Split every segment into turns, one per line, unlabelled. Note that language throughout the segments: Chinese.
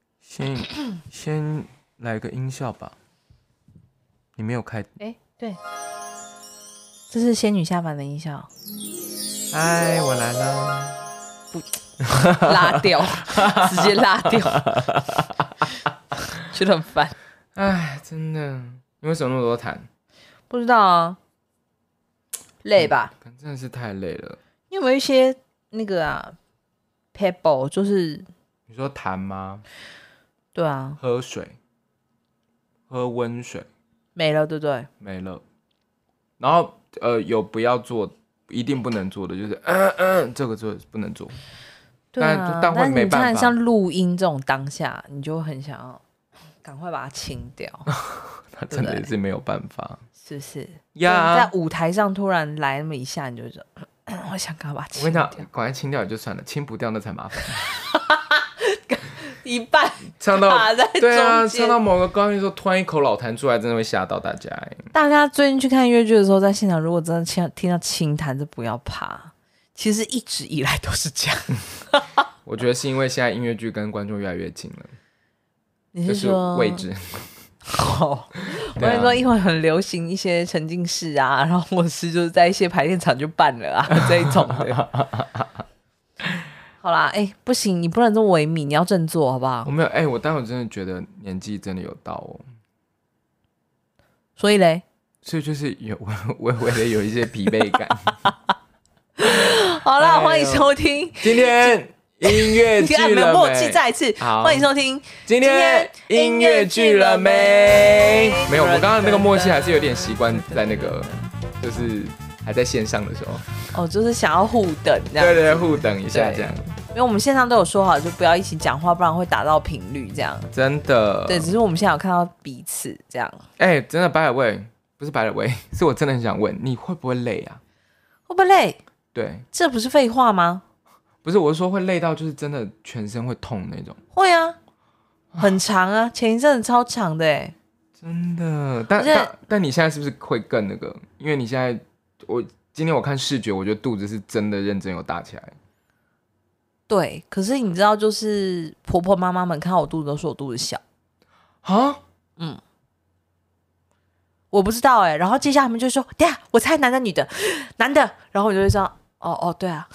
先先来个音效吧。你没有开，
哎，对，这是仙女下凡的音效，
哎，我来了。
拉掉， 直接拉掉，觉得很烦。
哎，真的，你为什么那么多痰？
不知道啊，累吧？
看真的是太累了。
你有没有一些那个啊，pebble，就是
你说痰吗？
对啊，
喝水，喝温水
没了，对不对？
没了。然后呃，有不要做，一定不能做的就是，嗯嗯，这个做不能做。
对啊
但，但会
是
没
你
办
看
法
像录音这种当下，你就很想要赶快把它清掉，
他真的
对
也是没有办法
是不是？你在
呀。
舞台上突然来那么一下，你就说， 我想赶快把它
我跟
清
你
掉
讲，，赶快清掉也就算了，清不掉那才麻烦。
一半
唱到
卡在中间。
对啊，唱到某个高音的时候，突然一口老痰出来，真的会吓到大家欸。
大家最近去看音乐剧的时候，在现场如果真的听听到清弹，就不要怕。其实一直以来都是这样。
我觉得是因为现在音乐剧跟观众越来越近了，
你
就是是
说
位？置。
哦，我
对啊
跟你说，因为很流行一些沉浸式啊，然后或是就是在一些排练场就办了啊 这一种的。好啦，哎、不行，你不能这么萎靡，你要振作好不好
我？没有，哎、我但我真的觉得年纪真的有到哦，
所以嘞，
所以就是有微微的有一些疲惫 感。
好啦，
哎呦
欢迎收听。
今天音乐
你
剧
看没有
了
默契，
没？
再一次，
哎好
欢迎收听。
今天音乐剧了没？没有，我刚刚那个默契还是有点习惯在那个，就是还在线上的时候，
哦，就是想要互等这样
对。对对，互等一下
对
这样，
因为我们线上都有说好，就不要一起讲话，不然会打到频率这样。
真的。
对，只是我们现在有看到彼此这样，
哎、真的白百味不是白百味， 是我真的很想问，你会不会累啊？
会不会累？
对，
这不是废话吗？
不是我是说会累到就是真的全身会痛那种，
会啊，很 长啊，前一阵子超长的哎。
真的。但
而且
但但你现在是不是会更那个？因为你现在我今天我看视觉，我觉得肚子是真的认真有大起来。
对，可是你知道，就是婆婆妈妈们看到我肚子都说我肚子小，
啊，
我不知道哎、然后接下来他们就说：“对啊，我猜男的女的， 男的。”然后我就会说：“哦哦，对 啊。”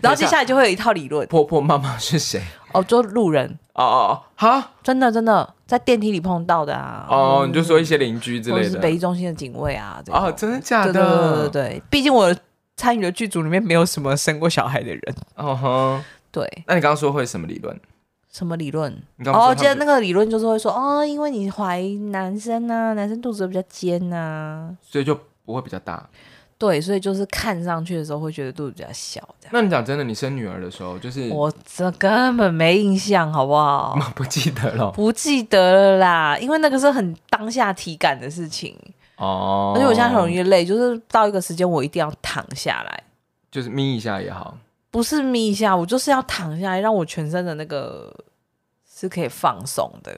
然后接下来就会有一套理论
婆婆妈妈是谁？
哦，就路人
哦哦，哦哈
真的真的在电梯里碰到的啊，
哦，你就说一些邻居之
或
类
者是北
的。
艺中心的警卫啊，这种
哦，真的假
对
的？
对对对对，毕竟我参与的剧组里面没有什么生过小孩的人。
哦哼，
对，
那你刚刚说会什么理论？
什么理论？
你刚刚
哦，
说他
记得
们
那个理论就是会说，哦，因为你怀男生呐、男生肚子比较尖呐、
所以就不会比较大。
对，所以就是看上去的时候会觉得肚子比较小，这样。
那你讲真的，你生女儿的时候就是
我这根本没印象，好不 好？
不记得了
不记得了啦，因为那个是很当下体感的事情，
哦
而且我现在很容易累，就是到一个时间我一定要躺下来，
就是眯一下也好。
不是眯一下，我就是要躺下来，让我全身的那个是可以放松的。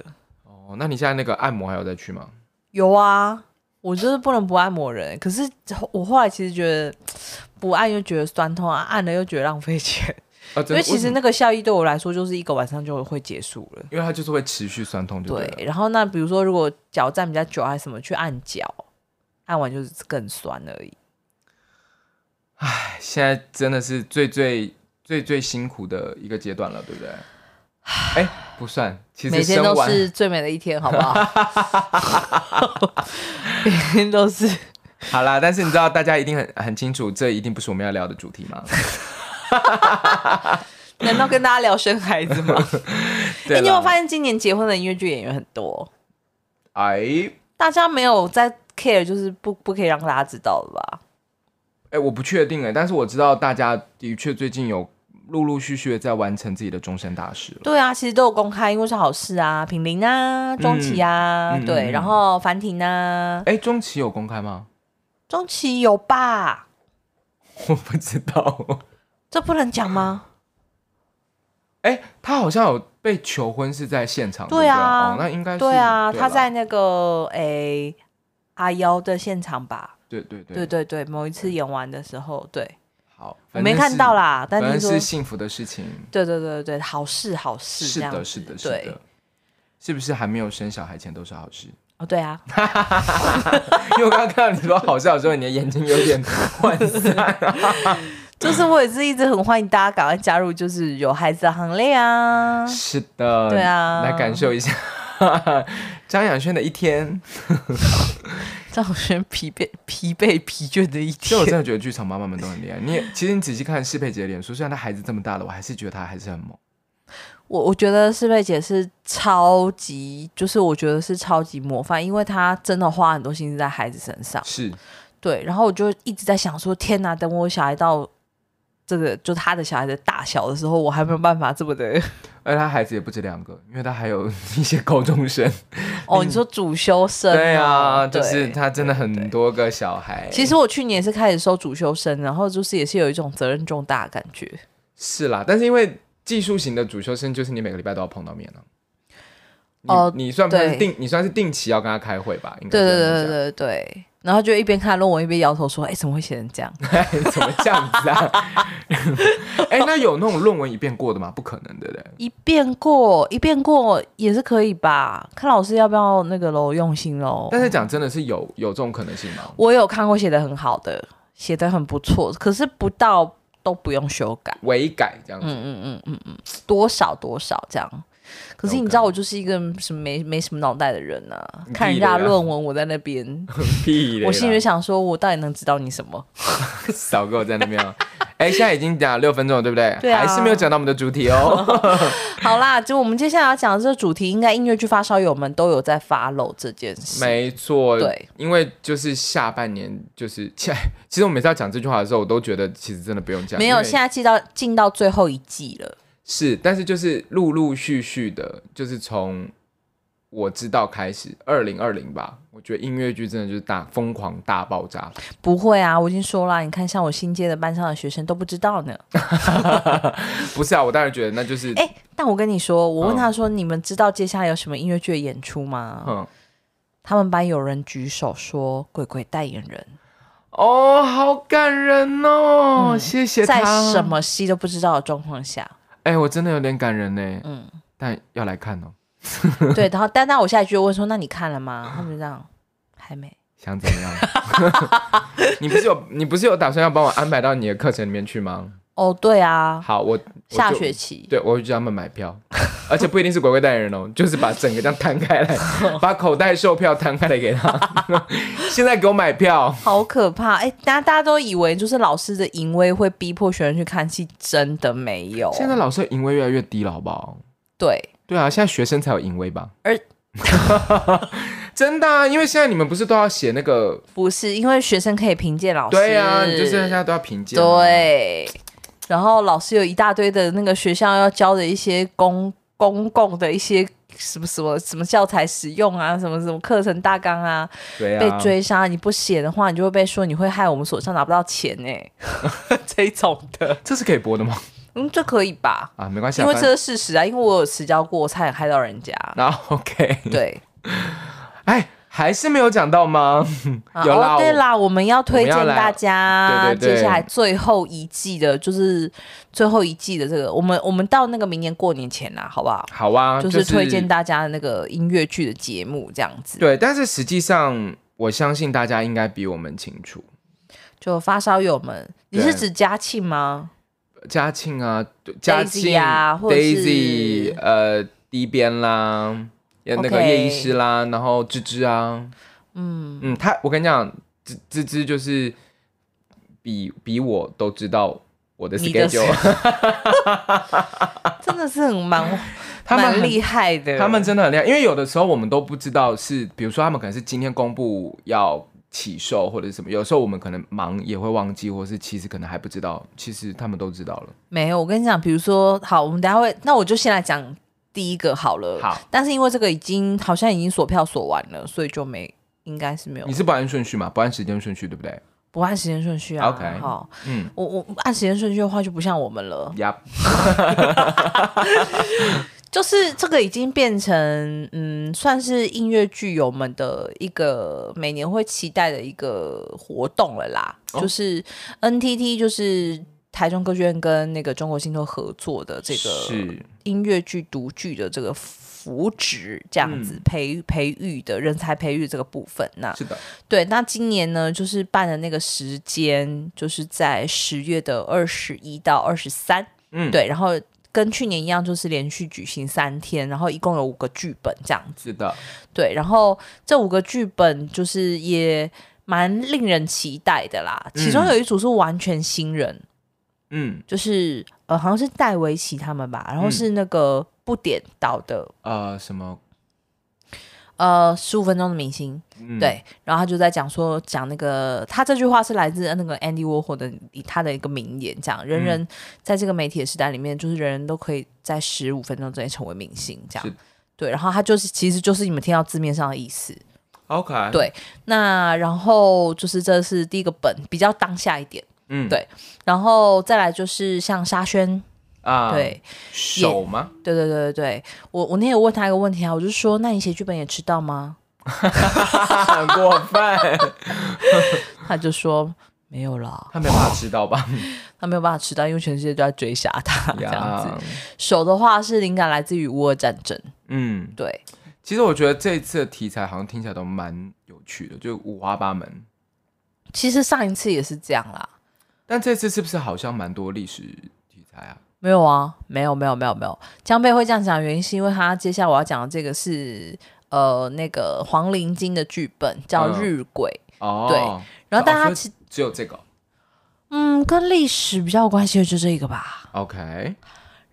哦，那你现在那个按摩还有再去吗？
有啊，我就是不能不按摩人。可是我后来其实觉得不按又觉得酸痛啊，按了又觉得浪 费钱，
啊，真
因
的
为其实
什么
那个效益对我来说就是一个晚上就会结束了。
因为它就是会持续酸痛就对了，
对，然后那比如说如果脚站比较久还是什么，去按脚，按完就是更酸而已。
哎现在真的是最最最最辛苦的一个阶段了，对 不对？哎，不算，其
每
实
天
生
都
完
是最美的一天，好不好？ 每天 都是。
好啦，但是你知道大家一定很很清楚，这一定不是我们要聊的主题 吗？
哎难道跟大家聊生孩子吗？哎、
对
你有没有
啦，
发现今年结婚的音乐剧演员很多？
哎
大家没有在 care，就是不不可以让大家知道了吧？
哎，我不确定哎，但是我知道大家的确最近有陆陆续续的在完成自己的终身大事了。
对啊，其实都有公开，因为是好事啊，品林啊，钟琪啊，
嗯嗯嗯
对，
嗯
然后凡婷啊，
哎，中期有公开吗？
钟琪有吧？
我不知道。
这不能讲吗？
哎、他好像有被求婚是在现场，
对
对不对哦、
啊
那应该是
对啊，
啦
他在那个诶阿瑶的现场吧？
对对对
对对对，某一次演完的时候，对，
好，
我
反
没
正
看
是
到，啦，但
反
听
正是
说
幸福的事情。
对对对对，好事好事，
是
这样
的，
子
是的，是
对
的，是不是还没有生小孩前都是好事？
哦，对啊，
因为我刚刚看到你说好笑的时候，你的眼睛有点涣
啊
散。
就是我也是一直很欢迎大家赶快加入，就是有孩子的行列啊。
是的，
对啊
来感受一下张养轩的一天。
张小轩疲惫、疲惫、疲倦的一
其实我真
天，
的觉得剧场妈妈们都很厉害。你也其实你仔细看适配姐的脸书，虽然她孩子这么大了，我还是觉得她还是很猛。
我我觉得世贝姐是超级，就是我觉得是超级模范，因为她真的花很多心思在孩子身上。
是，
对，然后我就一直在想说，天哪，等我小孩到这个就他的小孩的大小的时候，我还没有办法这么 的。
而且她孩子也不止两个，因为她还有 一些高中生。
哦，你说主修生、
对啊，就
对
是她真的很多个小孩。
其实我去年是开始收主修生，然后就是也是有一种责任重大的感觉。
是啦，但是因为技术型的主修生，就是你每个礼拜都要碰到面了、啊你
哦
你算不算是
对
定？你算是定期要跟他开会吧？应该
对对
这样
对
讲
对对对。然后就一边看论文一边摇头说：“哎，怎么会写成这样
哎怎么这样子啊？ 哎、那有那种论文一遍过的吗？不可能的嘞。？”
一遍过，一遍过也是可以吧？看老师要不要那个喽，用心喽。
但是讲真的是有有这种可能性吗？
我有看过写的很好的，写的很不错，可是不到都不用修改。
微改这样子，
嗯多少多少这样。可是你
OK
知道我就是一个什么没没什么脑袋的人啊，
你
看人
屁嘞
家
啦
论文，我在那边，
屁嘞啦！
我心 里就想说，我到底能指导你什么？
少给我在那边哦。哎、现在已经讲了六分钟了，对不对？
对啊
还是没有讲到我们的主题哦。
好啦，就我们接下来要讲的这个主题，应该音乐剧发烧友们都有在发漏这件事。
没错，
对，
因为就是下半年，就是 其其实我每次要讲这句话的时候，我都觉得其实真的不用讲，啊
没
因
有，
为
现在进到进到最后一季了。
是，但是就是陆陆续续的，就是从我知道开始，二零二零吧，我觉得音乐剧真的就是大疯狂大爆炸。
不会啊，我已经说啦，你看像我新接的班上的学生都不知道呢。
不是啊，我当然觉得那就是，
哎、但我跟你说，我问
嗯
他说，你们知道接下来有什么音乐剧的演出吗？
嗯，
他们班有人举手说，鬼鬼代言人。
哦，好感人哦，谢谢
嗯在
他。
什？么戏都不知道的状况 下，
哎、我真的有点感人呢。
嗯
嗯，但要来看哦，
对，然后但那我下一句就问说：“那你看了
嗯
吗？”他们就这样，还没。
想怎么样？ 你不是有你不是有打算要帮我安排到你的课程里面去吗？
哦，对啊，
好，我我
下
就
学期
对，我会叫他们买票， 而且不一定是鬼鬼代言人哦，就是把整个这样摊开 来，把口袋售票摊开来给他。 现在给我买票，
好可怕！哎，大家大家都以为就是老师的淫威会逼迫学生去看戏，真的没有。
现在老师的淫威越来越低了，好不好？
对，
对啊，现在学生才有淫威吧？
而
真的、啊，因为现在你们不是都要写那个？
不是因为学生可以评鉴老师，
对啊，你就是现在都要评鉴、啊。，
对。然后老师有一大堆的那个学校要教的一些公公共的一些什么什么什么教材使用啊，什么什么课程大纲啊，
对啊，
被追杀，你不写的话，你就会被说你会害我们所上拿不到钱呢、这一种的，
这是可以播的吗？
嗯，这可以吧？
啊，没关系、啊，
因为
反
这是事实啊，因为我有迟交过，我差点害到人家。
然后啊 OK，
对，
哎，还是没有讲到吗？
啊
有啦
哦，对
我
啦，我们要推荐
我们要来
大家
对对对
接下来最后一季的，就是最后一季的这个，我们我们到那个明年过年前啦，好不好？
好啊，
就是推荐大家那个音乐剧的节目这样子。
对，但是实际上，我相信大家应该比我们清楚。
就发烧友们，你是
对
指嘉庆吗？
嘉庆啊，对嘉
Daisy
庆
啊或者是
Daisy，呃，低边啦，也那个
OK
叶医师啦，然后芝芝啊，嗯嗯，他我跟你讲，芝芝芝就是比比我都知道我的
你的
schedule，
真的是很蛮
他们
蛮
很
厉害的，
他们真的很厉害，因为有的时候我们都不知道是，比如说他们可能是今天公布要起售或者是什么，有时候我们可能忙也会忘记，或是其实可能还不知道，其实他们都知道了。
没有，我跟你讲，比如说，好，我们等一下会，那我就先来讲第一个好了。
好，
但是因为这个已经好像已经锁票锁完了，所以就没，应该是没有
你是不按顺序嘛？不按时间顺序，对不对？
不按时间顺序啊。
OK
好，
嗯
我我按时间顺序的话就不像我们了。
呀，
就是这个已经变成嗯，算是音乐剧友们的一个每年会期待的一个活动了啦。
哦
就是 NTT 就是台中歌剧院跟那个中国信托合作的这个
是
音乐剧独剧的这个扶植，这样
嗯
子、培培育的人才培育这个部分。那
是的，
对，那今年呢，就是办的那个时间，就是在十月的二十一到二十三，
嗯，，
对，然后跟去年一样，就是连续举行三天，然后一共有五个剧本这样子，
是的，
对，然后这五个剧本就是也蛮令人期待的啦，其中
嗯
有一组是完全新人，
嗯，
就是呃好像是戴维奇他们吧，然后
嗯
是那个不点导的。
呃，什么？
呃，十五分钟的明星，
嗯，
对，然后他就在讲说，讲那个他这句话是来自呃那个 Andy Warhol 的他的一个名言，这样人
嗯
人在这个媒体的时代里面，就是人人都可以在十五分钟之内成为明星，这
是
样。对，然后他就是，其实就是你们听到字面上的意思。
，OK，
对那然后就是这是第一个本，比较当下一点。
嗯，
对然后再来就是像沙宣，
啊，
对，
手 吗？
对对对对对，我我那天有问他一个问题啊，我就说，那你写剧本也迟到吗？
很过分，
他就说没有啦，
他没办法知道吧？
他没有办法迟到，因为全世界都在追杀他 这样子。
呀，
手的话是灵感来自于乌俄战争，
嗯，
对，
其实我觉得这一次的题材好像听起来都蛮有趣的，就五花八门。
其实上一次也是这样啦。
但这次是不是好像蛮多历史题材啊？
没有啊，没有没有没有没有。江贝会这样讲，原因是因为他接下来我要讲的这个是呃那个黄灵晶的剧本叫《
嗯
日鬼》，
哦，
然后但他
哦所以
其
只有这个
嗯跟历史比较有关系的就这个吧，
，OK，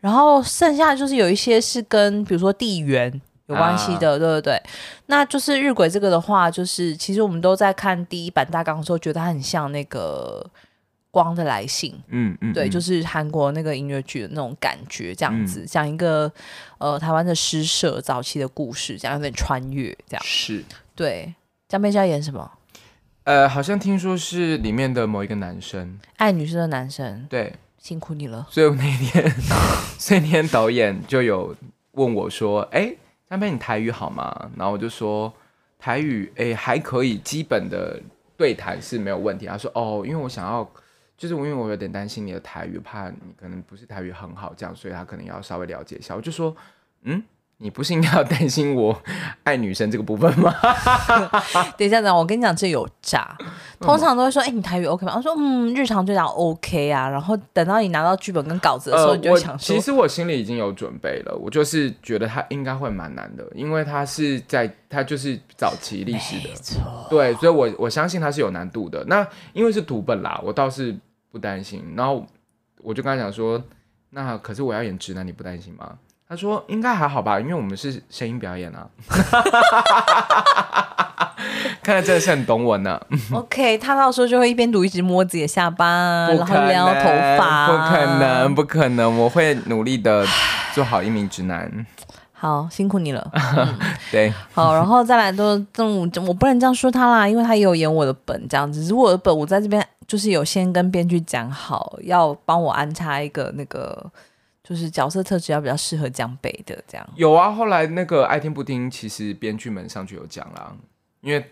然后剩下就是有一些是跟比如说地缘有关系的，
啊
对对对。那就是日晷这个的话，就是其实我们都在看第一版大纲的时候，觉得它很像那个《光的来信》。
嗯嗯，
对，就是是韩国那个音乐剧的那种感觉，这样子、讲一个呃台湾的诗社早期的故事，这样有点穿越，这样
是，
对。江贝是要演什么？
呃，好像听说是里面的某一个男生，
爱女生的男生，
对，
辛苦你了。
所以我那一天，所以那天导演就有问我说：“哎、张飞，你台语好吗？”然后我就说：“台语，哎、还可以，基本的对谈是没有问题。”他说：“哦，因为我想要，就是我因为我有点担心你的台语，怕你可能不是台语很好，这样，所以他可能要稍微了解一下。”我就说：“嗯。”你不是应该要担心我爱女生这个部分吗？
等一下，等一下我跟你讲，这有诈。 通常都会说，哎、你台语 OK 吗？我说，嗯，日常对答 OK 啊。然后等到你拿到剧本跟稿子的时候，你就
呃我
会想说，
其实我心里已经有准备了，我就是觉得他应该会蛮难的，因为他是在他就是早期历史的
没，错，
对，所以我我相信它是有难度的。那因为是读本啦，我倒是不担心。然后我就跟他讲说，那可是我要演直男，你不担心吗？他说应该还好吧，因为我们是声音表演啊。 看来真的是很懂我呢，
OK，他 到时候就会一边读一直摸自己的下 巴，
不
嗯然后
可能，
撩头发，啊
不可能，。不可能，我会努力的做好一名直男。
好，辛苦你了。
对，
好，然后再来都这种，我不能这样说他啦，因为他也有演我的本这样子。只是我的本，我在这边就是有先跟编剧讲好，要帮我安插一个那个，就是角色特质要比较适合江北的这样。
有啊，后来那个爱听不听，其实编剧们上去有讲啦，因为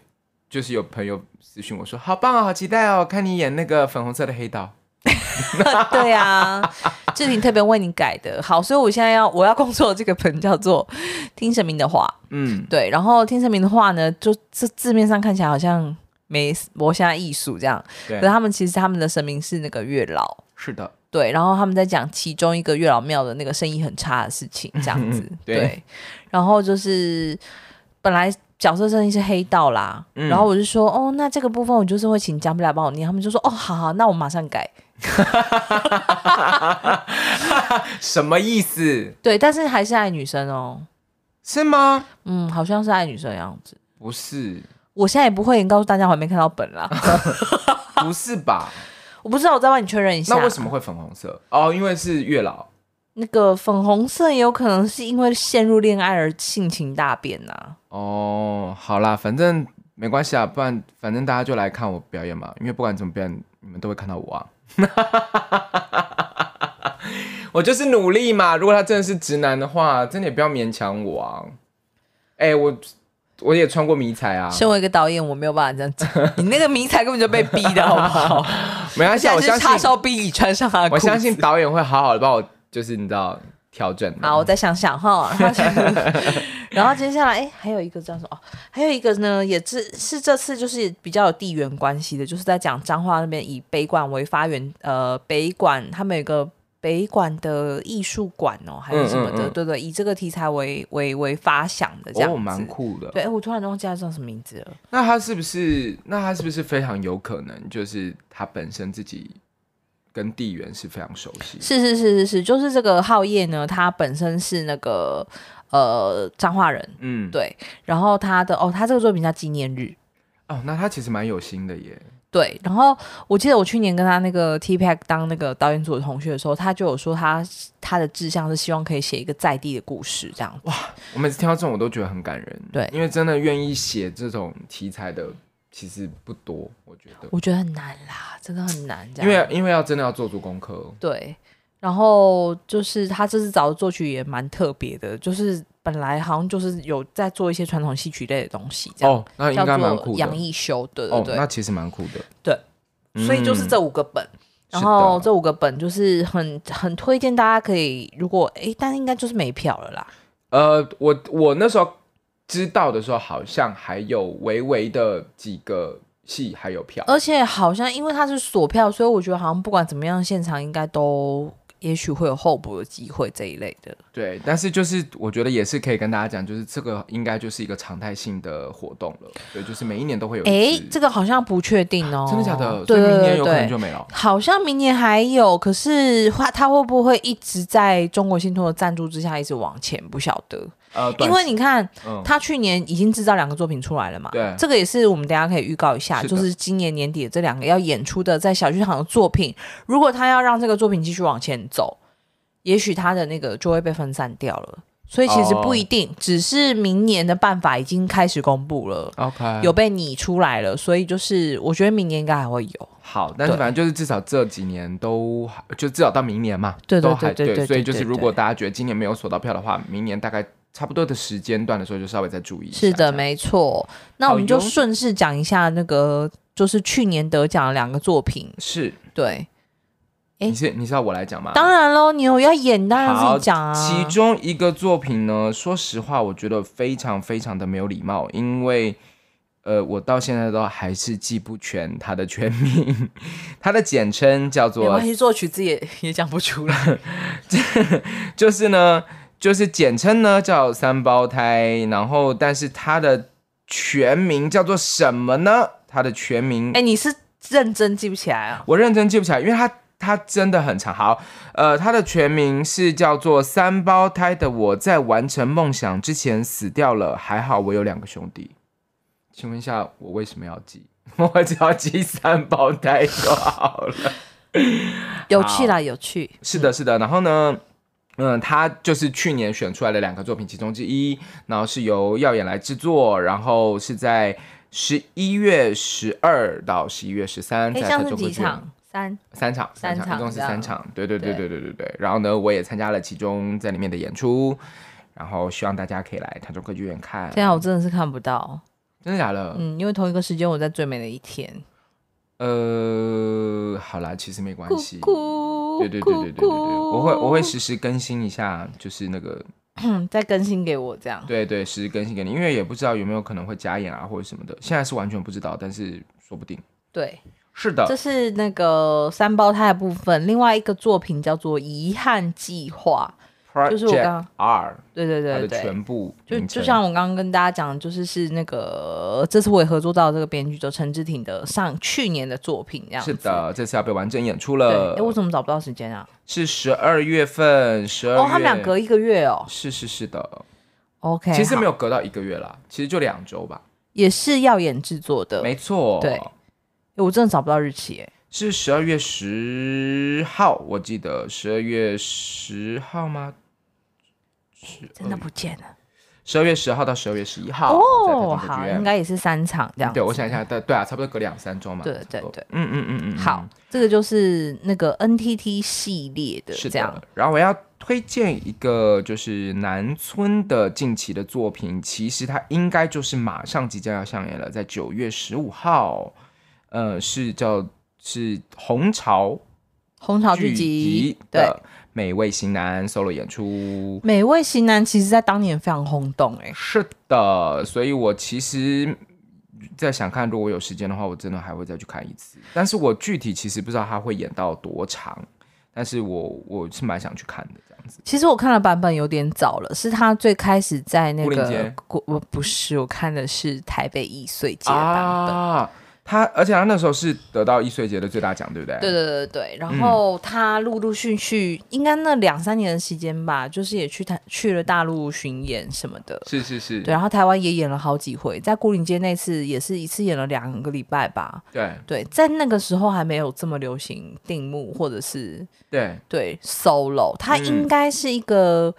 就是有朋友私讯我说，好棒哦，好期待哦，看你演那个粉红色的黑道。
对啊，这是你特别为你改的。好，所以我现在要我要工作的这个本叫做《听神明的话》。
嗯，
对，然后《听神明的话》呢，就这字面上看起来好像没魔下艺术这样，可
对
是，他们其实他们的神明是那个月老。
是的，。
对，然后他们在讲其中一个月老庙的那个生意很差的事情，这样子
嗯对
然后就是本来角色设定是黑道啦，
嗯
然后我就说，哦，那这个部分我就是会请江贝来帮我念，他们就说，哦，好好，那我马上改。
什么意思？
对，但是还是爱女生哦，
是吗？
嗯，好像是爱女生的样子。
不是，
我现在也不会告诉大家，我还没看到本 啦，
不是 吧？
我不知道，我再帮你确认一下。
那为什么会粉红色？哦，因为是月老。
那个粉红色也有可能是因为陷入恋爱而性情大变啊呐、
哦，好啦，反正没关系啊，不然反正大家就来看我表演嘛，因为不管怎么表演，你们都会看到我啊。 我就是努力嘛。如果他真的是直男的话，真的也不要勉强我啊。哎、我我也穿过迷彩啊，
身为一个导演，我没有办法这样讲。你那个迷彩根本就被逼的好不 好？
没关
而
系
且
啊，我
是
相
叉
信
烧逼你穿上他的裤
我
子。
相信导演会好好的帮我，就是你知道调整的。
好，我再想 想哈。 然后然后接下来，哎，还有一个叫什么？哦，还有一个呢，也是是这次就是比较有地缘关系的，就是在讲彰化那边以北馆为发源，呃，北馆他们有一个北馆的艺术馆哦，还是什么
嗯
的，
嗯嗯
对对，以这个题材为为为发想的这样子。
哦，蛮酷的。
对，哎，我突然忘记他叫什么名字了。
那他是不是？那他是不是非常有可能就是他本身自己跟地缘是非常熟悉？
是是是是是，就是这个浩业呢，他本身是那个呃彰化人，
嗯，
对，然后他的哦，他这个作品叫《纪念日》。
哦，那他其实蛮有心的耶。
对，然后我记得我去年跟他那个 T Pack 当那个导演组的同学的时候，他就有说他他的志向是希望可以写一个在地的故事这样。
我每次听到这种，我都觉得很感人。
对
因为真的愿意写这种题材的其实不多，我觉得。
我觉得很难啦，真的很难这
因
样。
为因为要真的要做足功课，哦
对，然后就是他这次找的作曲也蛮特别的，就是本来好像就是有在做一些传统戏曲类的东西这样。
哦，那应
叫
该蛮
做
酷的
杨。一修，对对
哦，
对，
那其实蛮酷的。
对
嗯，
所以就是这五个本。然
是
后
的
这五个本就是很很推荐大家可以，如果诶，但是应该就是没票了啦。
呃，我我那时候知道的时候，好像还有微微的几个戏还有票。
而且好像因为它是锁票，所以我觉得好像不管怎么样，现场应该都也许会有候补的机会这一类的。
对，但是就是我觉得也是可以跟大家讲，就是这个应该就是一个常态性的活动了。对，就是每一年都会有一次。
诶，这个好像不确定哦，
真的假的？所
对
以
对
明年
对
有可能
对。
就没了。
好像明年还有，可是它它会不会一直在中国信托的赞助之下一直往前？不晓得，
呃，
因
短
为你看，
嗯，
他去年已经制造两个作品出来了嘛，
对
这个也是我们等一下可以预告一下，
是的
就是今年年底的这两个要演出的在小剧场的作品，如果他要让这个作品继续往前走，也许他的那个就会被分散掉了，所以其实
哦
不一定，只是明年的办法已经开始公布了。
OK
有被拟出来了，所以就是我觉得明年应该还会有。
好，但是
对
反正就是至少这几年都还，就至少到明年嘛，
对对
都还
对对对
所以
对
就是
对
如果
对
大家觉得今年没有锁到票的话，明年大概差不多的时间段的时候就稍微再注意一下。
是
这
的，
样
没错。那我们就
好哟
顺势讲一下那个，就是去年得奖的两个作品。
是，
对，诶
你是你是要我来讲吗？
当然喽，你有要演，当然自
好
己讲啊。
其中一个作品呢，说实话，我觉得非常非常的没有礼貌，因为呃，我到现在都还是记不全它的全名， 它的简称叫
没
做
关，系，作曲自己也 也讲不出来。
就是呢，就是简称呢叫三胞胎，然后但是它的全名叫做什么呢？它的全名
哎、你是认真记不起来啊？
我认真记不起来，因为它它真的很长。好，呃，它的全名是叫做《三胞胎的我在完成梦想之前死掉了》，还好我有两个兄弟。请问一下，我为什么要记？ 我只要记三胞胎就好了。
有趣啦，有趣。
是的，是的。然后呢，嗯，他就是去年选出来的两个作品其中之一，然后是由耀眼来制作，然后是在十一月十二到嗯十一月十三在
哎、
台
像是
中国
几
剧院。
场？三。
三场，
三
场，
场
一共是
这样
三场。对对对对对
对
对对。然后呢，我也参加了其中在里面的演出，然后希望大家可以来台中歌剧院看。
现在我真的是看不到。
真的假的？
嗯，因为同一个时间我在最美的一天。嗯
呃，好啦，其实没关
咕
系。
咕。
对对对对对对对，我会我会实时更新一下，就是那个
嗯再更新给我这样。
对对实时更新给你，因为也不知道有没有可能会加演啊或者什么的，现在是完全不知道，但是说不定
对，
是的
这。是那个三胞胎的部分。另外一个作品叫做《遗憾计划》。就是我
Project
刚
R
对对
它的
对对。
全部
就
名
就
称
像我刚刚跟大家讲的，就是是那个这次我也合作到这个编剧，就陈志挺的上去年的作品这样子。
是的，这次要被完整演出
对，
了。
哎、我怎么找不到时间啊？
是十二月份，十二月
哦，他们俩隔一个月哦。
是是是的，
OK，
其实没有
有，
隔到一个月啦，其实就两周吧，
也是耀眼制作的。
没错，
对诶我真的找不到日期哎。
是十二月十号，我记得十二月十号吗？嗯
真的不见了，
十二月十号到十二月十一号嗯在台
哦，
中歌
好，
剧
应
院。
该也是三场这样。
对，我想一，下，对对啊，差不多隔两三周嘛。
对
差不
对
多
对，
嗯嗯嗯嗯，嗯
好，，这个就是那个 NTT 系列的
是
这样
的。。然后我要推荐一个就是南村的近期的作品，其实它应该就是马上即将要上演了，在九月十五号，呃，是叫是红潮
红潮
剧
剧集
集，
对，
的美味型男 solo 演出。
《美味型男》其实在当年非常轰动、欸，
是的，所以我其实在想看，如果有时间的话，我真的还会再去看一次。但是我具体其实不知道他会演到多长，但是我我是蛮想去看的这样子。
其实我看的版本有点早了，是他最开始在那
牯岭
个
街
国，我不是我看的是台北易碎节版本。
啊、他而且他那时候是得到易碎节的最大奖，对不对？
对对对对对，然后他陆陆续续，应该那两三年的时间吧，就是也去台去了大陆巡演什么的，
是是是，
对，啊然后台湾也演了好几回，在牯岭街那次也是一次演了两个礼拜吧，
对
对，在那个时候还没有这么流行定目或者是
对
对 solo，他
嗯
应该是一个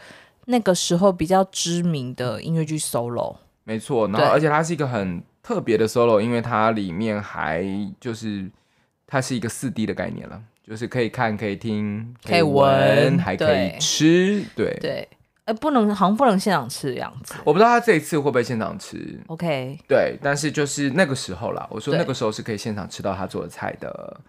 那个时候比较知名的音乐剧 solo。
没错。然后
对
而且它是一个很特别的 solo，因为它里面还就是它是一个四 D 的概念了。就是可以看，可以听，
可以闻
还可
对
以吃，对
对，呃，不能，好像不能现场吃的样子。
我不知道他这一次会不会现场吃，
OK，
对，但是就是那个时候啦，我说
对
那个时候是可以现场吃到他做的菜的。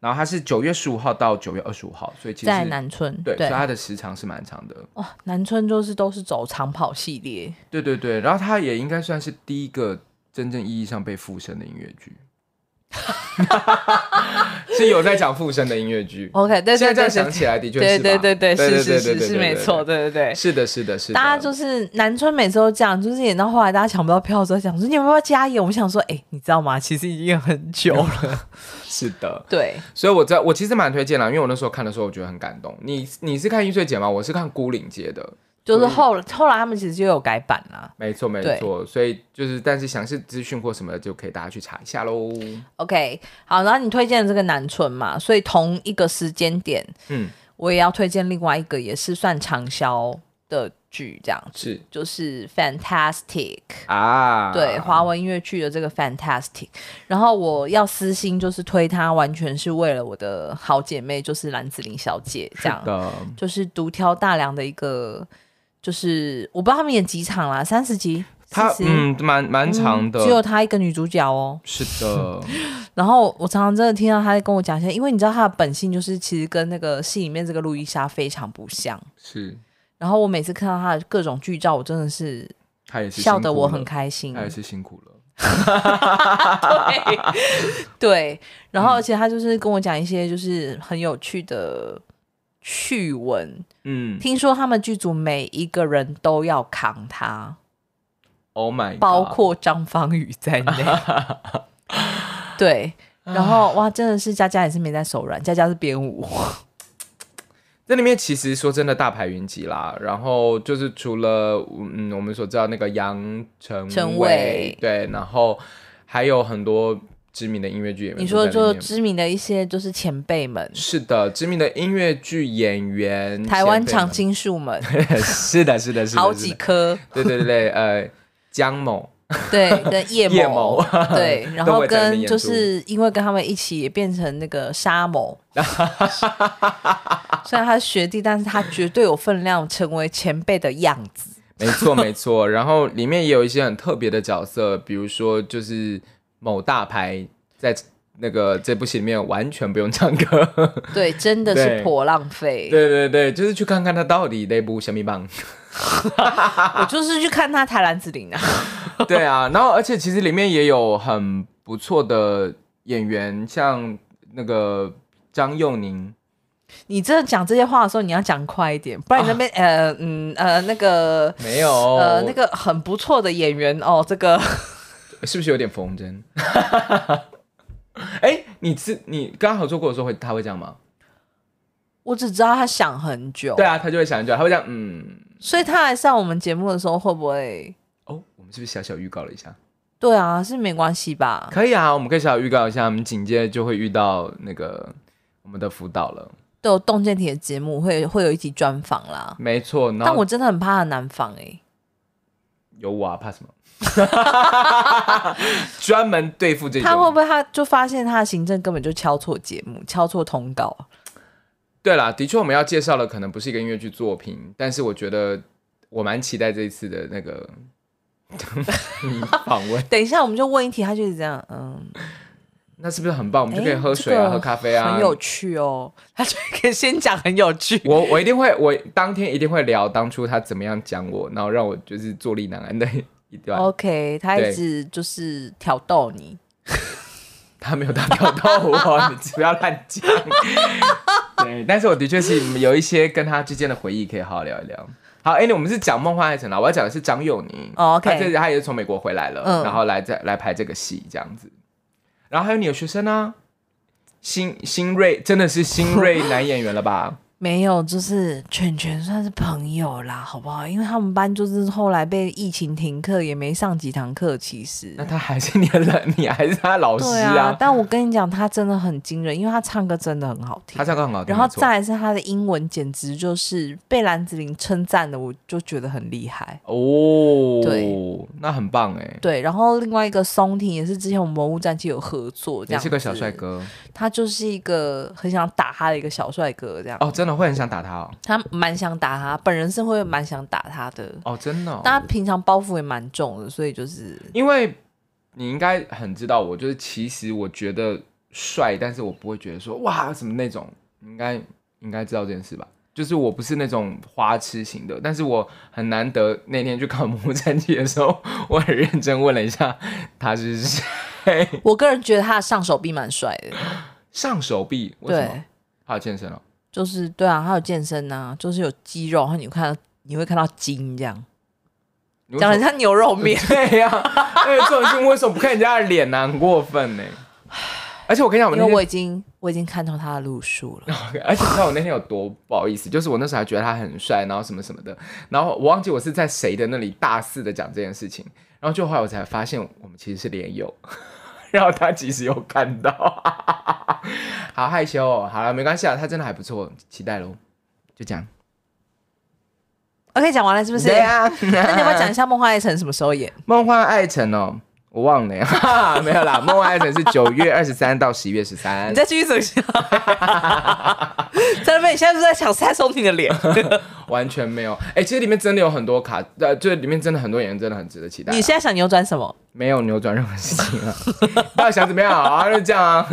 然后他是九月十五号到九月二十五号，所以其实
在南村，
对，所以他的时长是蛮长的。
哇，哦南村就是都是走长跑系列。
对对对，然后他也应该算是第一个真正意义上被附身的音乐 剧，是有在讲附身的音乐剧。
OK，对哦
现在这
对对
样想
对
起来，的确
对
是吧
对对对，是是
对
是
对
是没错，，对对对
对。是的，是的，是的。
大家就是南村每次都这样，就是演到后来大家抢不到票的时候，想说你们要不要加演？我们想说，哎、你知道吗？其实已经演很久了。
是的，
对，
所以我在我其实蛮推荐啦，因为我那时候看的时候，我觉得很感动。你你是看易碎节吗？我是看孤岭街的，
就是后后来他们其实就有改版啦、
没错没错。所以就是，但是详细资讯或什么的，就可以大家去查一下喽。
OK，好，然后你推荐的这个南村嘛，所以同一个时间点，
嗯，
我也要推荐另外一个也是算畅销的剧，这样子
是
就是《Fantastic》
啊，
对，华文音乐剧的这个《Fantastic》，然后我要私心就是推它，完全是为了我的好姐妹，就是蓝子玲小姐这样
是，的，
就是独挑大梁的一个，就是我不知道他们演几场啦，三十集，
它
40
嗯蛮蛮长的，
只有她一个女主角哦。
是 的，
然后我常常真的听到他在跟我讲一些，因为你知道他的本性就是其实跟那个戏里面这个路易莎非常不像。
是，
然后我每次看到他的各种剧照，我真的是
他也是
笑得
辛苦
我
了
很，开心
他。也是辛苦了，
对 对，然后而且他就是跟我讲一些就是很有趣的趣闻。
嗯
听说他们剧组每一个人都要扛他，
，Oh my，God
包括张方宇在内。对，
啊
然后哇，真的是佳佳也是没在手软，佳佳是编舞。
这里面其实说真的大牌云集啦，然后就是除了嗯我们所知道那个杨成
成
伟
伟
对，然后还有很多知名的音乐剧演员
你说
都在里
就
面
知名的一些就是前辈们，
是的，知名的音乐剧演员
台湾常
场
青树们，
是的是的是的
好
是
几
的
棵，
对对对对呃江 某
对，跟叶
叶
某
某，
对，然
都
后
会在那边
跟
演
就
出
是因为跟他们一起也变成那个 沙某，虽然他是学弟，但是他绝对有分量，成为前辈的样子。
没错没错，然后里面也有一些很特别的角色，比如说就是某大牌在那个这部戏里面完全不用唱歌。
对，真的是
对
颇浪费。
对对对，就是去看看他到底那部虾米棒。
我就是去看他台兰子林啊，
对啊，然后而且其实里面也有很不错的演员，像那个张幼宁，
你真的讲这些话的时候，你要讲快一点，不然你那边、
啊
呃嗯呃那个。
没有，
呃，那个很不错的演员哦，这个
是不是有点缝针？ 哎、你是你跟他合作过的时候会他会这样吗？
我只知道他想很久，
对啊，他就会想一句，他会这样，嗯，
所以他来上我们节目的时候会不会？
哦，我们是不是小小预告了一下？
对啊，是没关系吧？
可以啊，我们可以小小预告一下，我们紧接着就会遇到那个我们的辅导了，
都有洞见体的节目会会有一集专访啦，
没错。然后
欸但我真的很怕他难访哎、
有我啊，怕什么？ 专门对付这
他会不
种。
会他就发现他的行政根本就敲错节目，敲错通告？啊
对啦，的确我们要介绍的可能不是一个音乐剧作品，但是我觉得我蛮期待这一次的那个 访问。
等一下我们就问一题，他就是这样，嗯，
那是不是很棒？我们就可以
诶
喝水啊，
这个
喝咖啡啊，
很有趣哦。他就可以先讲很有趣，
我我一定会，我当天一定会聊当初他怎么样讲我，然后让我就是坐立难安的一段。
OK，他一
对
直就是挑逗你。
他没有打挑到我，你不要乱讲。 对，但是我的确是有一些跟他之间的回忆可以好好聊一聊。好，哎、我们是讲《梦幻爱城》啦，我要讲的是张幼宁。
哦
嗯
，OK
他这他也是从美国回来了，
嗯
然后来在来拍这个戏这样子。然后还有你的学生啊，新新锐真的是新锐男演员了 吧？
没有，就是犬犬算是朋友啦，好不好？因为他们班就是后来被疫情停课，也没上几堂课。其实
那，他还是你的人，你还是他老师
对啊，但我跟你讲，他真的很惊人，因为他唱歌真的很好听
他。唱歌很好听，
然后
没错
再来是他的英文，简直就是被蓝子玲称赞的，我就觉得很厉害。
哦，
对，
那很棒哎，
对，然后另外一个松婷也是之前我们魔物战记有合作，这
也
样
是个小
子
帅，哥
他就是一个很想打他的一个小帅哥，这样。
哦，真的会很想打他哦，
他蛮想打他，本人是会蛮想打他的，
哦，真的哦、
但他平常包袱也蛮重的，所以就是
因为你应该很知道我，就是其实我觉得帅，但是我不会觉得说哇什么那种，你应该应该知道这件事吧。就是我不是那种花痴型的，但是我很难得那天去考《魔物战记》的时候，我很认真问了一下他是谁，
我个人觉得他的上手臂蛮帅的，
上手臂为什
对
么，？他有健身哦，
就是对啊，他有健身啊，就是有肌肉，然后你看到你会看到筋这样，
你为什
讲
么。
的像牛肉面
对呀、而且这种事情为什么不看人家的脸呢、很过分呢、 而且我跟你讲，我
因
那天
为我已经我已经看透他的路数了，
而且你知道我那天有多不好意思，就是我那时候还觉得他很帅，然后什么什么的，然后我忘记我是在谁的那里大肆的讲这件事情，然后就后来我才发现我们其实是连友， 然后他其实有看到， 好害羞、哦，好了，没关系啊，他真的还不错，期待喽，就这样，
OK，讲完了是不是？
对啊，
那你要不要讲一下《梦幻爱城》什么时候演？
梦幻爱城哦。我忘了，哈哈， 没有啦。梦幻爱城是九月二十三到十一月十三
你。再继续走下。在那边，你现在是不是在想蔡松婷的脸？
完全没有。哎、其实里面真的有很多卡，呃，就是里面真的很多演员真的很值得期待啊、
你现在想扭转什么？
没有扭转任何事情啊？ 到底想怎么样啊？就这样啊。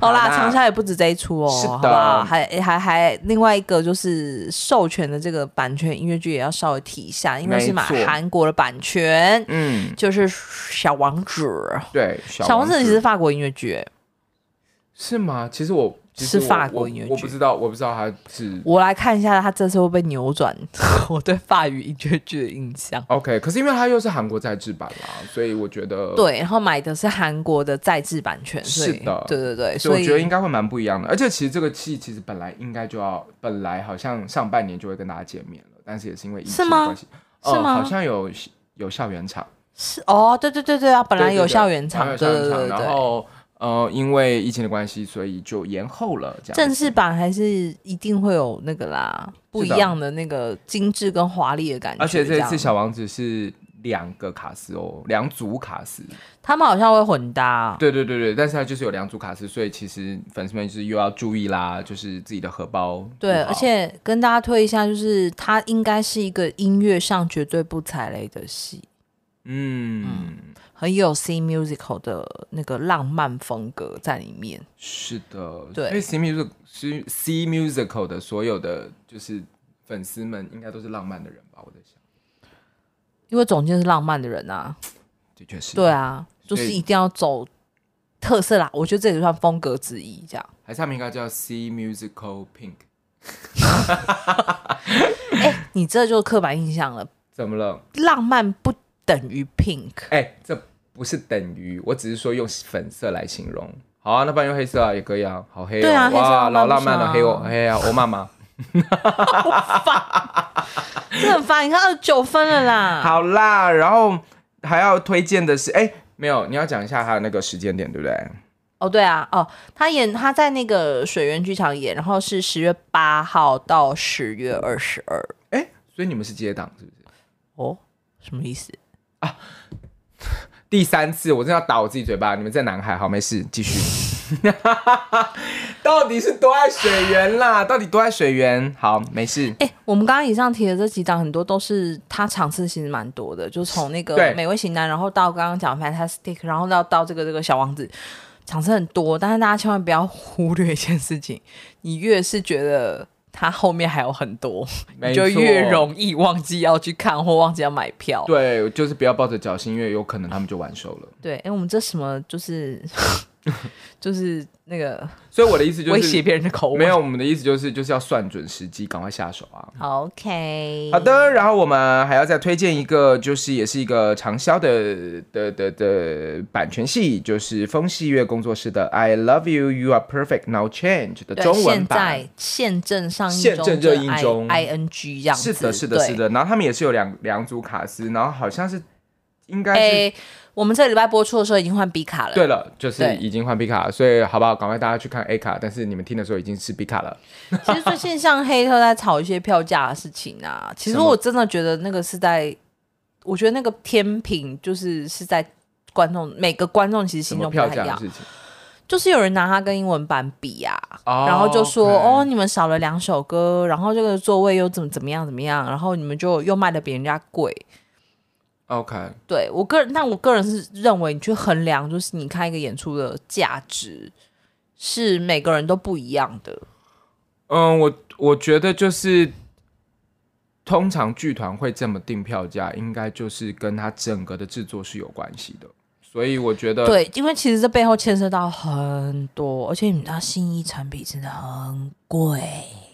好啦，
好啦
长沙也不止这一出哦，
是的
好不好？还还还另外一个就是授权的这个版权音乐剧也要稍微提一下，因为是买
没错
韩国的版权，
嗯，
就是《小王子》。
对，
《
小
小王
王
子》其实是法国音乐剧，哎
是吗？其实我其实
是
我
法国
我
音乐剧
我不知道，我不知道他是
我来看一下他这次会不会 扭转我对法语音乐剧的印象。
OK，可是因为他又是韩国在制版啦，所以我觉得，
对，然后买的是韩国的在制版权，所以
是的
对对对，
所以
所
我觉得应
以
该会蛮不一样的。而且其实这个戏其实本来应该就要，本来好像上半年就会跟大家见面了，但是也是因为疫
是
情
吗
的关系，
是
呃
吗
好像有有校园场。
是哦，对对对对啊，本来
对
有
对对
校园场，
本来有
对
校园
对
场然
对对对，
后呃，因为疫情的关系，所以就延后了这样。
正式版还是一定会有那个啦，不一样的那个精致跟华丽的感觉。
而且这一
样
次小王子是两个卡司哦，两组卡司。
他们好像会混搭，
对对对对，但是它就是有两组卡司，所以其实粉丝们就是又要注意啦，就是自己的荷包。
对，而且跟大家推一下，就是它应该是一个音乐上绝对不踩雷的戏，
嗯，
很有 C musical 的那个浪漫风格在里面。
是的，
对
因为 C music C C musical 的所有的就是粉丝们应该都是浪漫的人吧？我在想，
因为总监是浪漫的人啊，
的确是。
对，啊，就
所以
是一定要走特色啦，我觉得这也算风格之一，这样。
还是他们应该叫 C musical pink？
哎、你这就刻板印象了，
怎么了？
浪漫不等于 pink。
哎、这不是等于，我只是说用粉色来形容。好啊，那不然用黑色啊，也可以啊，好黑、哦，
对啊黑色
哇，
浪
老
漫不
浪漫
爽
了，
啊
黑我黑啊，我妈 妈。
这很烦，你看二十九分了啦。，
好啦，然后还要推荐的是，哎、没有，你要讲一下它的那个时间点，对不对？
哦对啊，哦，他演他在那个水源剧场演，然后是十月八号到十月二十二。
哎、所以你们是接档是不是？
哦，什么意思？
第三次，我真的要打我自己嘴巴。你们在南海，好，没事，继续。 到底是多爱水源啦？到底多爱水源？好，没事。
哎、我们刚刚以上提的这几档很多都是它场次其实蛮多的，就从那个
对
美味型男，然后到刚刚讲 Fantastic，然后到到这个这个小王子，场次很多，但是大家千万不要忽略一件事情，你越是觉得。它后面还有很多，
没
你就越
错
容易忘记要去看或忘记要买票。
对，就是不要抱着侥幸，因为有可能他们就完售了。
对，哎、我们这什么就是 就是那个
所以我的意思就
威胁
是，
别人的口吻。
没有我们的意思就是就是要算准时机，赶快下手啊。
，OK，
好，的，然后我们还要再推荐一个，就是也是一个长销的的的的版权戏，就是风戏乐工作室的《I Love You You Are Perfect Now Change》的
对，
中文
现
版。
在现正上映
现
中，
正正映中
i n g 这样子，
是的，是的，
对
是。的。然后他们也是有两两组卡司，然后好像是应该是、
哎，我们这个礼拜播出的时候已经换 B 卡了，
对了，就是
对
已经换 B 卡了，所以好不好？赶快大家去看 A 卡，但是你们听的时候已经是 B 卡了。
其实最近像黑特在炒一些票价的事情啊，其实
什么
我真的觉得那个是在，我觉得那个天平就是是在观众每个观众其实
什
心
么
中不太
票
一
价的
样，
事情？
就是有人拿它跟英文版比呀、
哦
然后就说、
OK
哦，你们少了两首歌，然后这个座位又怎么怎么样怎么样，然后你们就又卖的比人家贵。哦
，OK，
对我个人，但我个人是认为，你去衡量就是你看一个演出的价值，是每个人都不一样的。
嗯，我我觉得就是，通常剧团会这么定票价，应该就是跟它整个的制作是有关系的。所以我觉得，
对，因为其实这背后牵涉到很多，而且你知道新一产品真的很贵。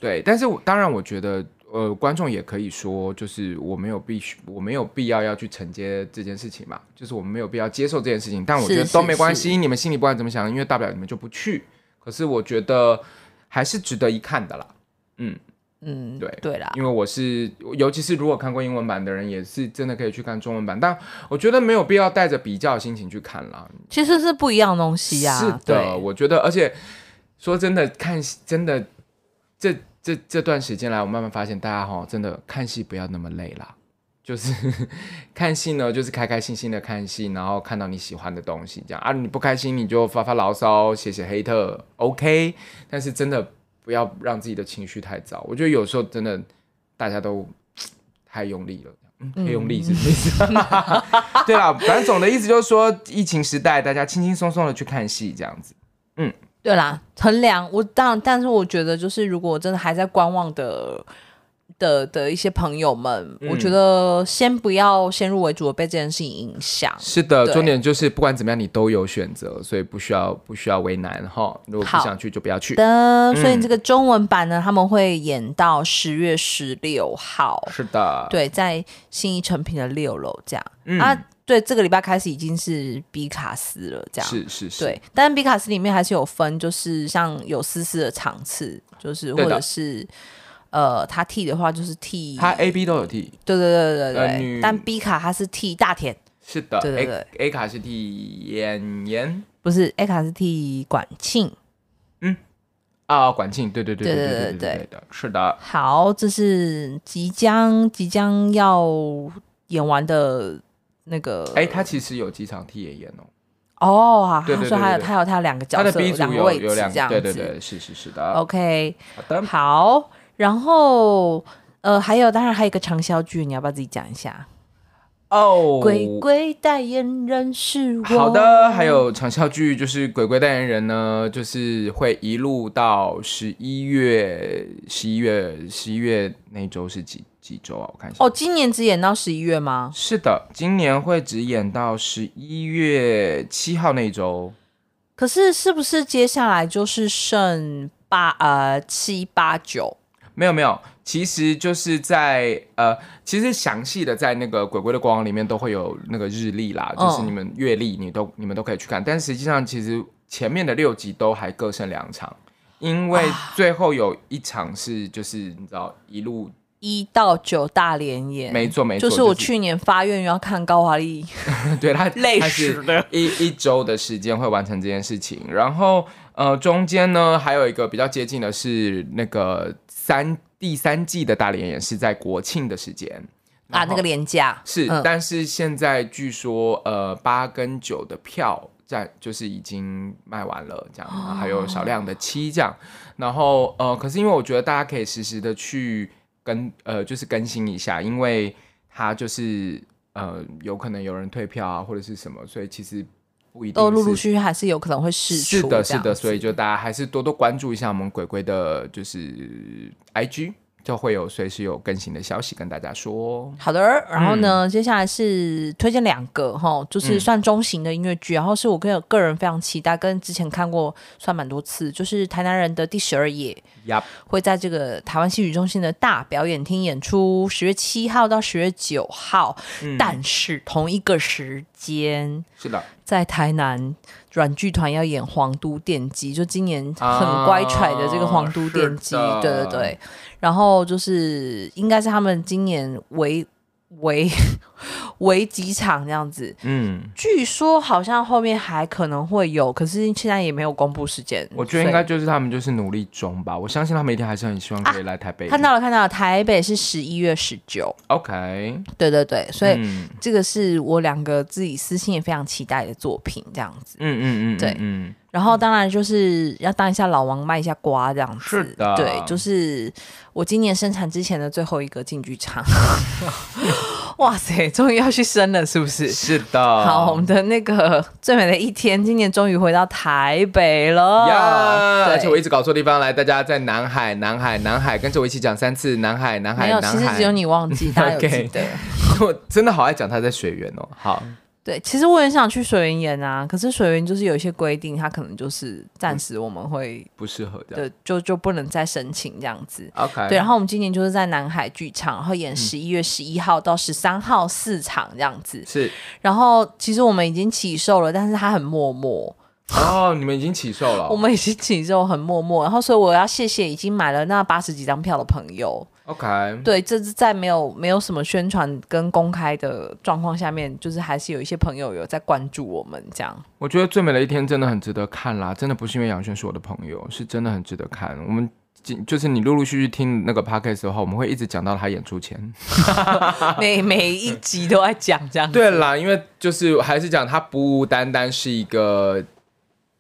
对，但是我当然，我觉得，呃，观众也可以说，就是我没有必须，我没有必要要去承接这件事情嘛，就是我们没有必要接受这件事情，但我觉得
是
都
是
没关
是
系，你们心里不管怎么想，因为大不了你们就不去。可是我觉得还是值得一看的啦，
嗯，
对
对啦，
因为我是，尤其是如果看过英文版的人，也是真的可以去看中文版，但我觉得没有必要带着比较的心情去看啦。
其实是不一样的东西呀、
是的，
对，
我觉得，而且说真的，看戏真的这这这段时间来，我慢慢发现大家哈，真的看戏不要那么累啦。就是 看戏呢，就是开开心心的看戏，然后看到你喜欢的东西，这样啊，你不开心你就发发牢骚，写写黑特，OK。但是真的不要让自己的情绪太糟，我觉得有时候真的大家都太用力了。嗯，太用力是什么 意思？对啦，反正总的意思就是说，疫情时代大家轻轻松松的去看戏，这样子。
对啦，衡量我当，但是我觉得就是如果真的还在观望的。的的一些朋友们，我
嗯
觉得先不要先入为主的被这件事情影响，
是的，
对
重点就是不管怎么样，你都有选择，所以不需要不需要为难哈。如果不
好
想去就不要去。
的，所以
嗯
这个中文版呢，他们会演到十月十六号，
是的，
对，在新一成品的六楼这样、
嗯
啊。对，这个礼拜开始已经是比卡斯了，这样
是是是，
对。但是比卡斯里面还是有分，就是像有思思的场次，就是或
对的
者是呃，他替的话就是替
他 A、B 都有替。
对对对对对
呃女
对。但比卡他是替大田，
是的
对对对
a A 卡是替演员
不是 A 卡是替管庆。
啊，管庆，对对对对
对对
对
对
对对的，是的，
好，这是即将即将要演完的那个。
哎，他其实有几场替演员哦，
哦，好，
对对对
所以他有
对对
他有他有两个角
他的
色，
B
有
组
两个
有
位置
有两
这样子。哦
对对啊对，是是是的，
OK，
好的，
好，然后呃，还有当然还有一个畅销剧，你要不要自己讲一下？
哦，
鬼鬼代言人是我。
好的，还有长效剧就是《鬼鬼代言人》呢，就是会一路到十一月，十一月，十一月那周是几几周啊？我看一下。
哦，今年只演到十一月吗？
是的，今年会只演到十一月七号那一周。
可是是不是接下来就是剩八呃七八九？
没有没有，其实就是在呃，其实详细的在那个鬼鬼的官网里面都会有那个日历啦，
嗯
就是你们月历，你都你们都可以去看。但实际上，其实前面的六集都还各剩两场，因为
啊
最后有一场是就是你知道一路
一到九大连演，
没错没错，
哎就是我去年发愿要看高华丽，
对他
累
他
死
是一一周的时间会完成这件事情。然后呃，中间呢还有一个比较接近的是那个三第三季的大连演是在国庆的时间。
啊
然，后
那个廉价
是，
嗯
但是现在据说呃八跟九的票站就是已经卖完了，这样，然后还有少量的七这
哦
样，然后呃，可是因为我觉得大家可以实时的去更呃就是更新一下，因为它就是呃有可能有人退票啊或者是什么，所以其实不一定
都陆陆
是
续续还是有可能会试出
是的，
这
是
样
的，
子
所以就大家还是多多关注一下我们鬼鬼的，就是 IG，就会有随时有更新的消息跟大家说哦。
好的，然后
嗯
呢，接下来是推荐两个哈，就是算中型的音乐剧，然后是我个个人非常期待，跟之前看过算蛮多次，就是台南人的第十二夜
Yup
会在这个台湾戏曲中心的大表演厅演出，十月七号到十月九号，
嗯
但是同一个时间
是的，
在台南软剧团要演《皇都电击》，就今年很乖舛的这个《皇都电击》
啊是
对
的
对对。然后就是应该是他们今年为 为为几场这样子，
嗯，
据说好像后面还可能会有，可是现在也没有公布时间。
我觉得应该
所啊
就是他们就是努力中吧，我相信他们一定还是很希望可以来台北。
以看到了，看到了，台北是十一月十九，
OK，
对对对，所以
嗯
这个是我两个自己私心也非常期待的作品，这样子。
嗯嗯嗯，
对
嗯，
然后当然就是要当一下老王卖一下瓜这样子，
是的
对，就是我今年生产之前的最后一个进 剧场，哇塞，终于要去生了，是不是
嗯？是的。
好，我们的那个最美的一天，今年终于回到台北了。
呀
对
而且我一直搞错地方来，大家在南海，南海，南海，跟着我一起讲三次，南海，南海，
没有，其
南
实
海。
只有你忘记，大家有记
OK
得。
我真的好爱讲他在水源哦。好，
对，其实我很想去水源演啊，可是水源就是有一些规定，它可能就是暂时我们会、
不适合这样。
对，就就不能再申请这样子。
OK，
对，然啊后我们今年就是在南海剧场，然后
嗯
演十一月十一号到十三号四场这样子。
是
然后其实我们已经起售了，但是它很默默，
哦，你们已经起售了哦。
我们已经起售很默默。然后所以我要谢谢已经买了那八十几张票的朋友。
OK，
对，这是在没有没有什么宣传跟公开的状况下面，就是还是有一些朋友有在关注我们 这样。
我觉得《最美的一天》真的很值得看啦，真的不是因为杨轩是我的朋友，是真的很值得看。我们仅就是你陆陆续续听那个 podcast 的话，我们会一直讲到他演出前。
每每一集都在讲这样子。
对啦，因为就是还是讲他不单单是一个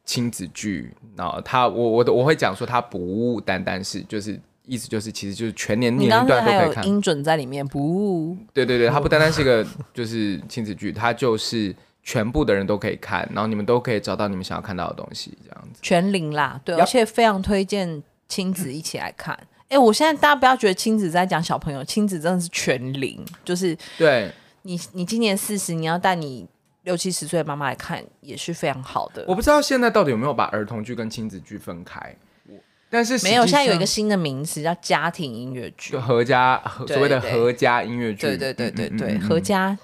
亲子剧，然后他我我的我会讲说他不单单是就是。意思就是，其实就是全年
你
年
刚
龄
刚
段都
还
可以
有
看。
音准在里面，不？
对对对，它不单单是一个就是亲子剧，它就是全部的人都可以看，然后你们都可以找到你们想要看到的东西，这样子。
全龄啦，对，
Yup
而且非常推荐亲子一起来看。哎、我现在大家不要觉得亲子在讲小朋友，亲子真的是全龄，就是
对，
你你今年四十，你要带你六七十岁的妈妈来看，也是非常好的
我。不知道现在到底有没有把儿童剧跟亲子剧分开，但是实际
没有，现在有一
上
个新的名词叫家庭音乐剧
就。合家合
对
所谓的
对
合家音乐剧，
对对对对
嗯嗯
对，
嗯嗯
合家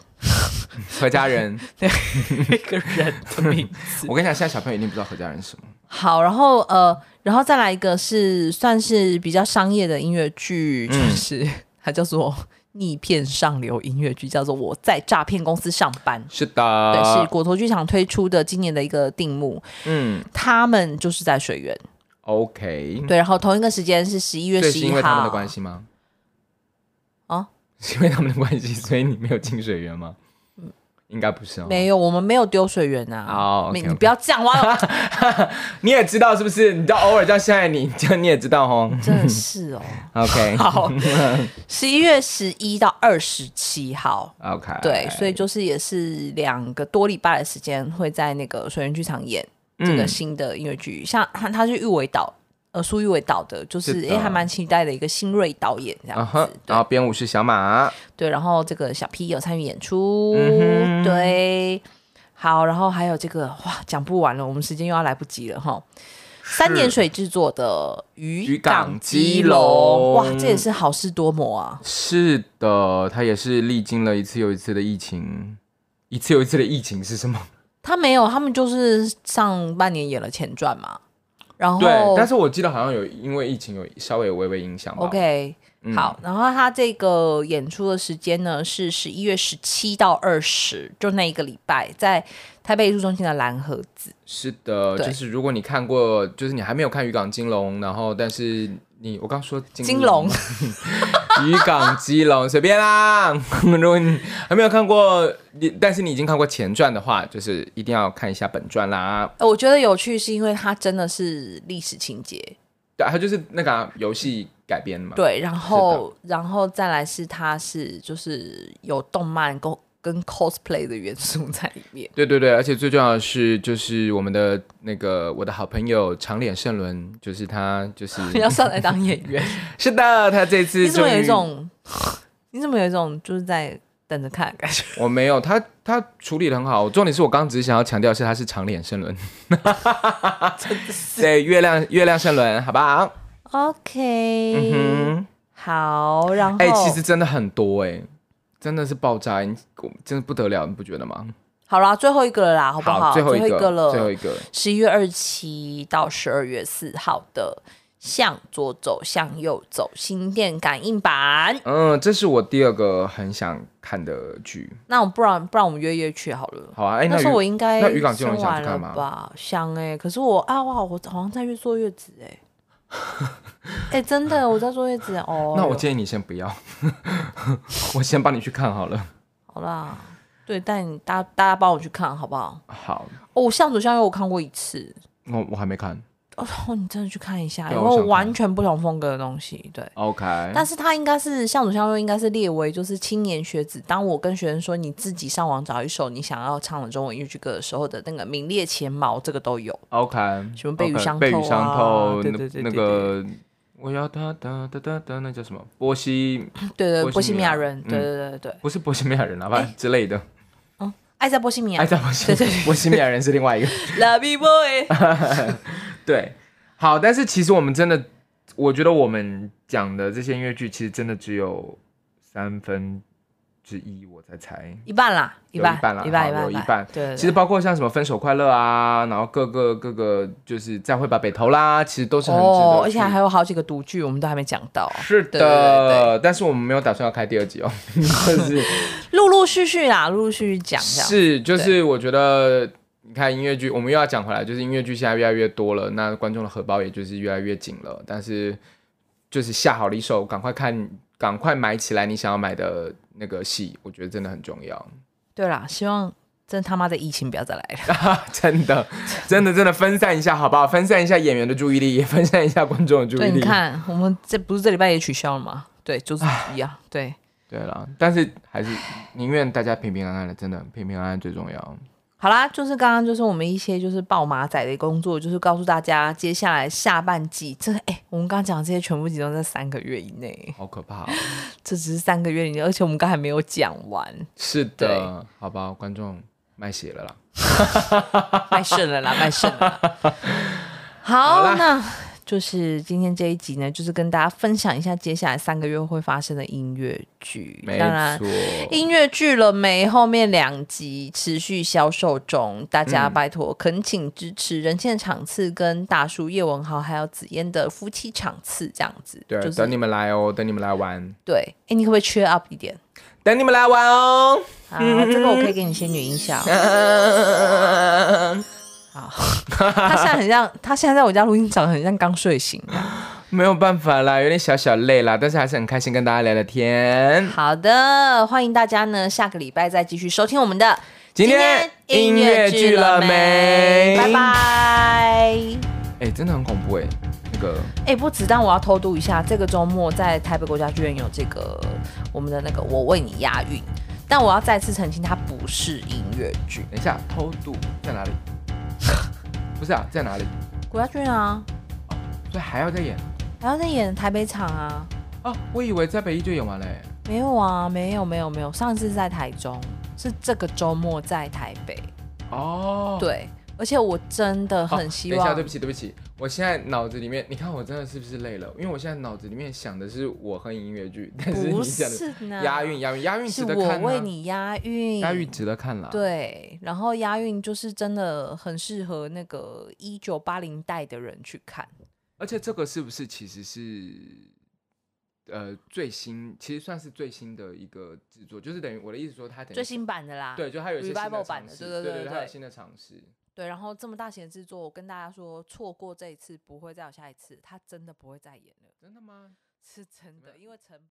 合家 人。
一个人的名字。
我跟你讲，现在小朋友一定不知道合家人是什么。
好，然后呃，然后再来一个是算是比较商业的音乐剧，就
嗯
是、 它叫做逆骗上流音乐剧，叫做我在诈骗公司上班。
是
对，是
的，
果陀剧场推出的今年的一个定目，
嗯
他们就是在水源，
，OK，
对，然后同一个时间是十一月
所以
十
嗯是
一
因为他们的
号，
关系吗？
啊，
是因为他们的关系，所以你没有进水源吗？应该不是哦。
嗯没有，我们没有丢水源
哦
啊，
，OK，
没你
OK
不要这 样哇，
你也知道是不是？你知道偶尔这样陷害你，这样你也知道哦。
真的是哦，
OK
好，十一月十一到二十七号，
OK，
对，所以就是也是两个多礼拜的时间会在那个水源剧场演这个
嗯
新的音乐剧，像他他是玉尾岛，呃，苏玉尾岛的，就是
是的
也还蛮期待的一个新锐导演这样
啊
子，
哈，
对
然后编舞是小马，
对，然后这个小 P 有参与演出，
嗯哼
对，好，然后还有这个哇，讲不完了，我们时间又要来不及了哈。三点水制作的《渔
渔港
港
基
基隆》
隆
哇，这也是好事多磨啊！
是的，他也是历经了一次又一次的疫情，一次又一次的疫情是什么？
他没有，他们就是上半年演了前传嘛，然后
对，但是我记得好像有因为疫情有稍微微微影响吧。
OK，、
嗯
好，然后他这个演出的时间呢是十一月十七到二十，就那一个礼拜，在台北艺术中心的蓝盒子。
是的，
对
就是如果你看过，就是你还没有看《渔港金龙》，然后但是你我刚说金
金龙
吗， 渔港基隆随便啦。如果你还没有看过，你但是你已经看过前传的话，就是一定要看一下本传啦。
呃我觉得有趣是因为它真的是历史情节，
对，它就是那个啊、游戏改编的嘛。
对，然后然后再来是它是就是有动漫跟跟 cosplay 的元素在里面。
对对对，而且最重要的是，就是我们的那个我的好朋友长脸圣伦，就是他，就是
你 要上来当演员，
是的，他这次
你怎么
终
有
于
一种，你怎么有一种就是在等着看的感觉？
我没有他，他处理的很好。重点是我刚刚只是想要强调的是他是长脸 圣伦，对，月亮月亮圣伦，好不好？
OK，、
嗯
好，然后
哼，哎、其实真的很多哎、真的是爆炸，你我真的不得了，你不觉得吗？
好啦，最后一个了啦，好不
最后
最后
一
一个
最后
了，
一个，
十一月二十七到十二月四号的向左走，向右走心电感应版。
嗯，这是我第二个很想看的剧。
那我不然不然我们约约去好了。
好啊，哎、
那
那
时候我
鱼
应该
那渔港金融
生
你想
完
去
了
看吗
吧？想哎、可是我啊哇，我好像在越坐月子哎、 哎、真的我在坐月子 哦。
那我建议你先不要，我先帮你去看好了。
好啦，对，但你大大家帮我去看好不好？
好，
哦，我向左向右我看过一次，
我我还没看。
哦，你真的去看一下，
对
因
我想
为
看哎
完全不同风格的东西，对。
OK，
但是它应该是向左向右，应该是列为就是青年学子。当我跟学生说你自己上网找一首你想要唱的中文粤剧歌的时候的那个名列前茅，这个都有。
OK，
什么被雨
OK，
伤
被
透
雨伤
啊
透，
对对对
那那
对
个我要哒哒哒哒哒，那叫什么？波西
对对，
波
波
西
西
米
米
亚
亚人，对
嗯
对对对对，
不是波西米亚人啊，反正之类的。
爱在波西米哎亚
哎，在波西
对对对
波西米亚人是另外一个。
，Love You Boy，
对，好，但是其实我们真的，我觉得我们讲的这些音乐剧，其实真的只有三分之一，我在猜。
一半啦，
有
半
一半啦
一半
好
一半
有
一
一半
对，对
其实
对
包括像什么分手快乐啊，然后各个各个就是再会吧北投啦，其实都是很值得去。
哦，而且还有好几个独剧我们都还没讲到，
是的
对对对
但是我们没有打算要开第二集 哦， 就是
陆陆续续啦，陆陆续续讲这样。
是就是我觉得。你看音乐剧，我们又要讲回来，就是音乐剧现在越来越多了，那观众的荷包也就是越来越紧了。但是就是下好离手，赶快看，赶快买起来你想要买的那个戏，我觉得真的很重要。
对啦，希望真他妈的疫情不要再来了。
真的，真的，真的分散一下好不好？分散一下演员的注意力，也分散一下观众的注意
对，你
力。
看，我们这不是这礼拜也取消了吗？对，就是一样。对，
对了，但是还是宁愿大家平平安安的，真的平平安安最重要。
好啦，就是刚刚就是我们一些就是爆马仔的工作，就是告诉大家接下来下半季，这哎、我们刚刚讲的这些全部集中在三个月以内，
好可怕、哦！
这只是三个月以内，而且我们刚才没有讲完，
是的
对，
好吧，观众卖血了啦。
卖肾了啦，卖肾了啦。
好
好，
啦
那就是今天这一集呢，就是跟大家分享一下接下来三个月会发生的音乐剧，
没
当然。
错，
音乐剧了没？后面两集持续销售中，大家
嗯
拜托恳请支持人气的场次跟大叔叶文豪还有紫嫣的夫妻场次，这样子。
对，
就
等你
是
们来哦，等你们来玩，
对。哎、你可不可以缺 up 一点？
等你们来玩哦。
啊，这个我可以给你仙女 音效。好，他现在很像，他现在在我家录音长得很像刚睡醒。
没有办法啦，有点小小累啦，但是还是很开心跟大家聊聊天。
好的，欢迎大家呢，下个礼拜再继续收听我们的
今天音乐剧了没？
拜。拜。
哎、真的很恐怖哎、那个
哎、不止，但我要偷渡一下，这个周末在台北国家剧院有这个我们的那个《我为你押韵》，但我要再次澄清，它不是音乐剧，
等一下，偷渡在哪里？ 不是啊，在哪里？
国家剧院啊，
所以还要再演
还要在演台北场啊，
哦？我以为在北一就演完了、欸。
没有啊，没有没有没有，上次是在台中，是这个周末在台北，
哦，，
对，而且我真的很希
等一
望
下，对，不起，对不起，我现在脑子里面，你看我真的是不是累了？因为我现在脑子里面想的是我和音乐剧，但是
不
你想的
是呢，
押韵，，押韵，押韵值
是
得看、
我
啊。
为你押韵，
押韵值啊得看啦。，
对，然后押韵就是真的很适合那个一九八零代的人去看。
而且这个是不是其实是呃最新，其实算是最新的一个制作，就是等于我的意思说，它等于
最新版的啦。
对，就它有一些新
revival
的
版
尝
的
试，
对对
对
对
它
对
有新的尝试。
对然后这么大型的制作，我跟大家说，错过这一次不会再有下一次，他真的不会再演了，
真的吗？
是真的，因为成本。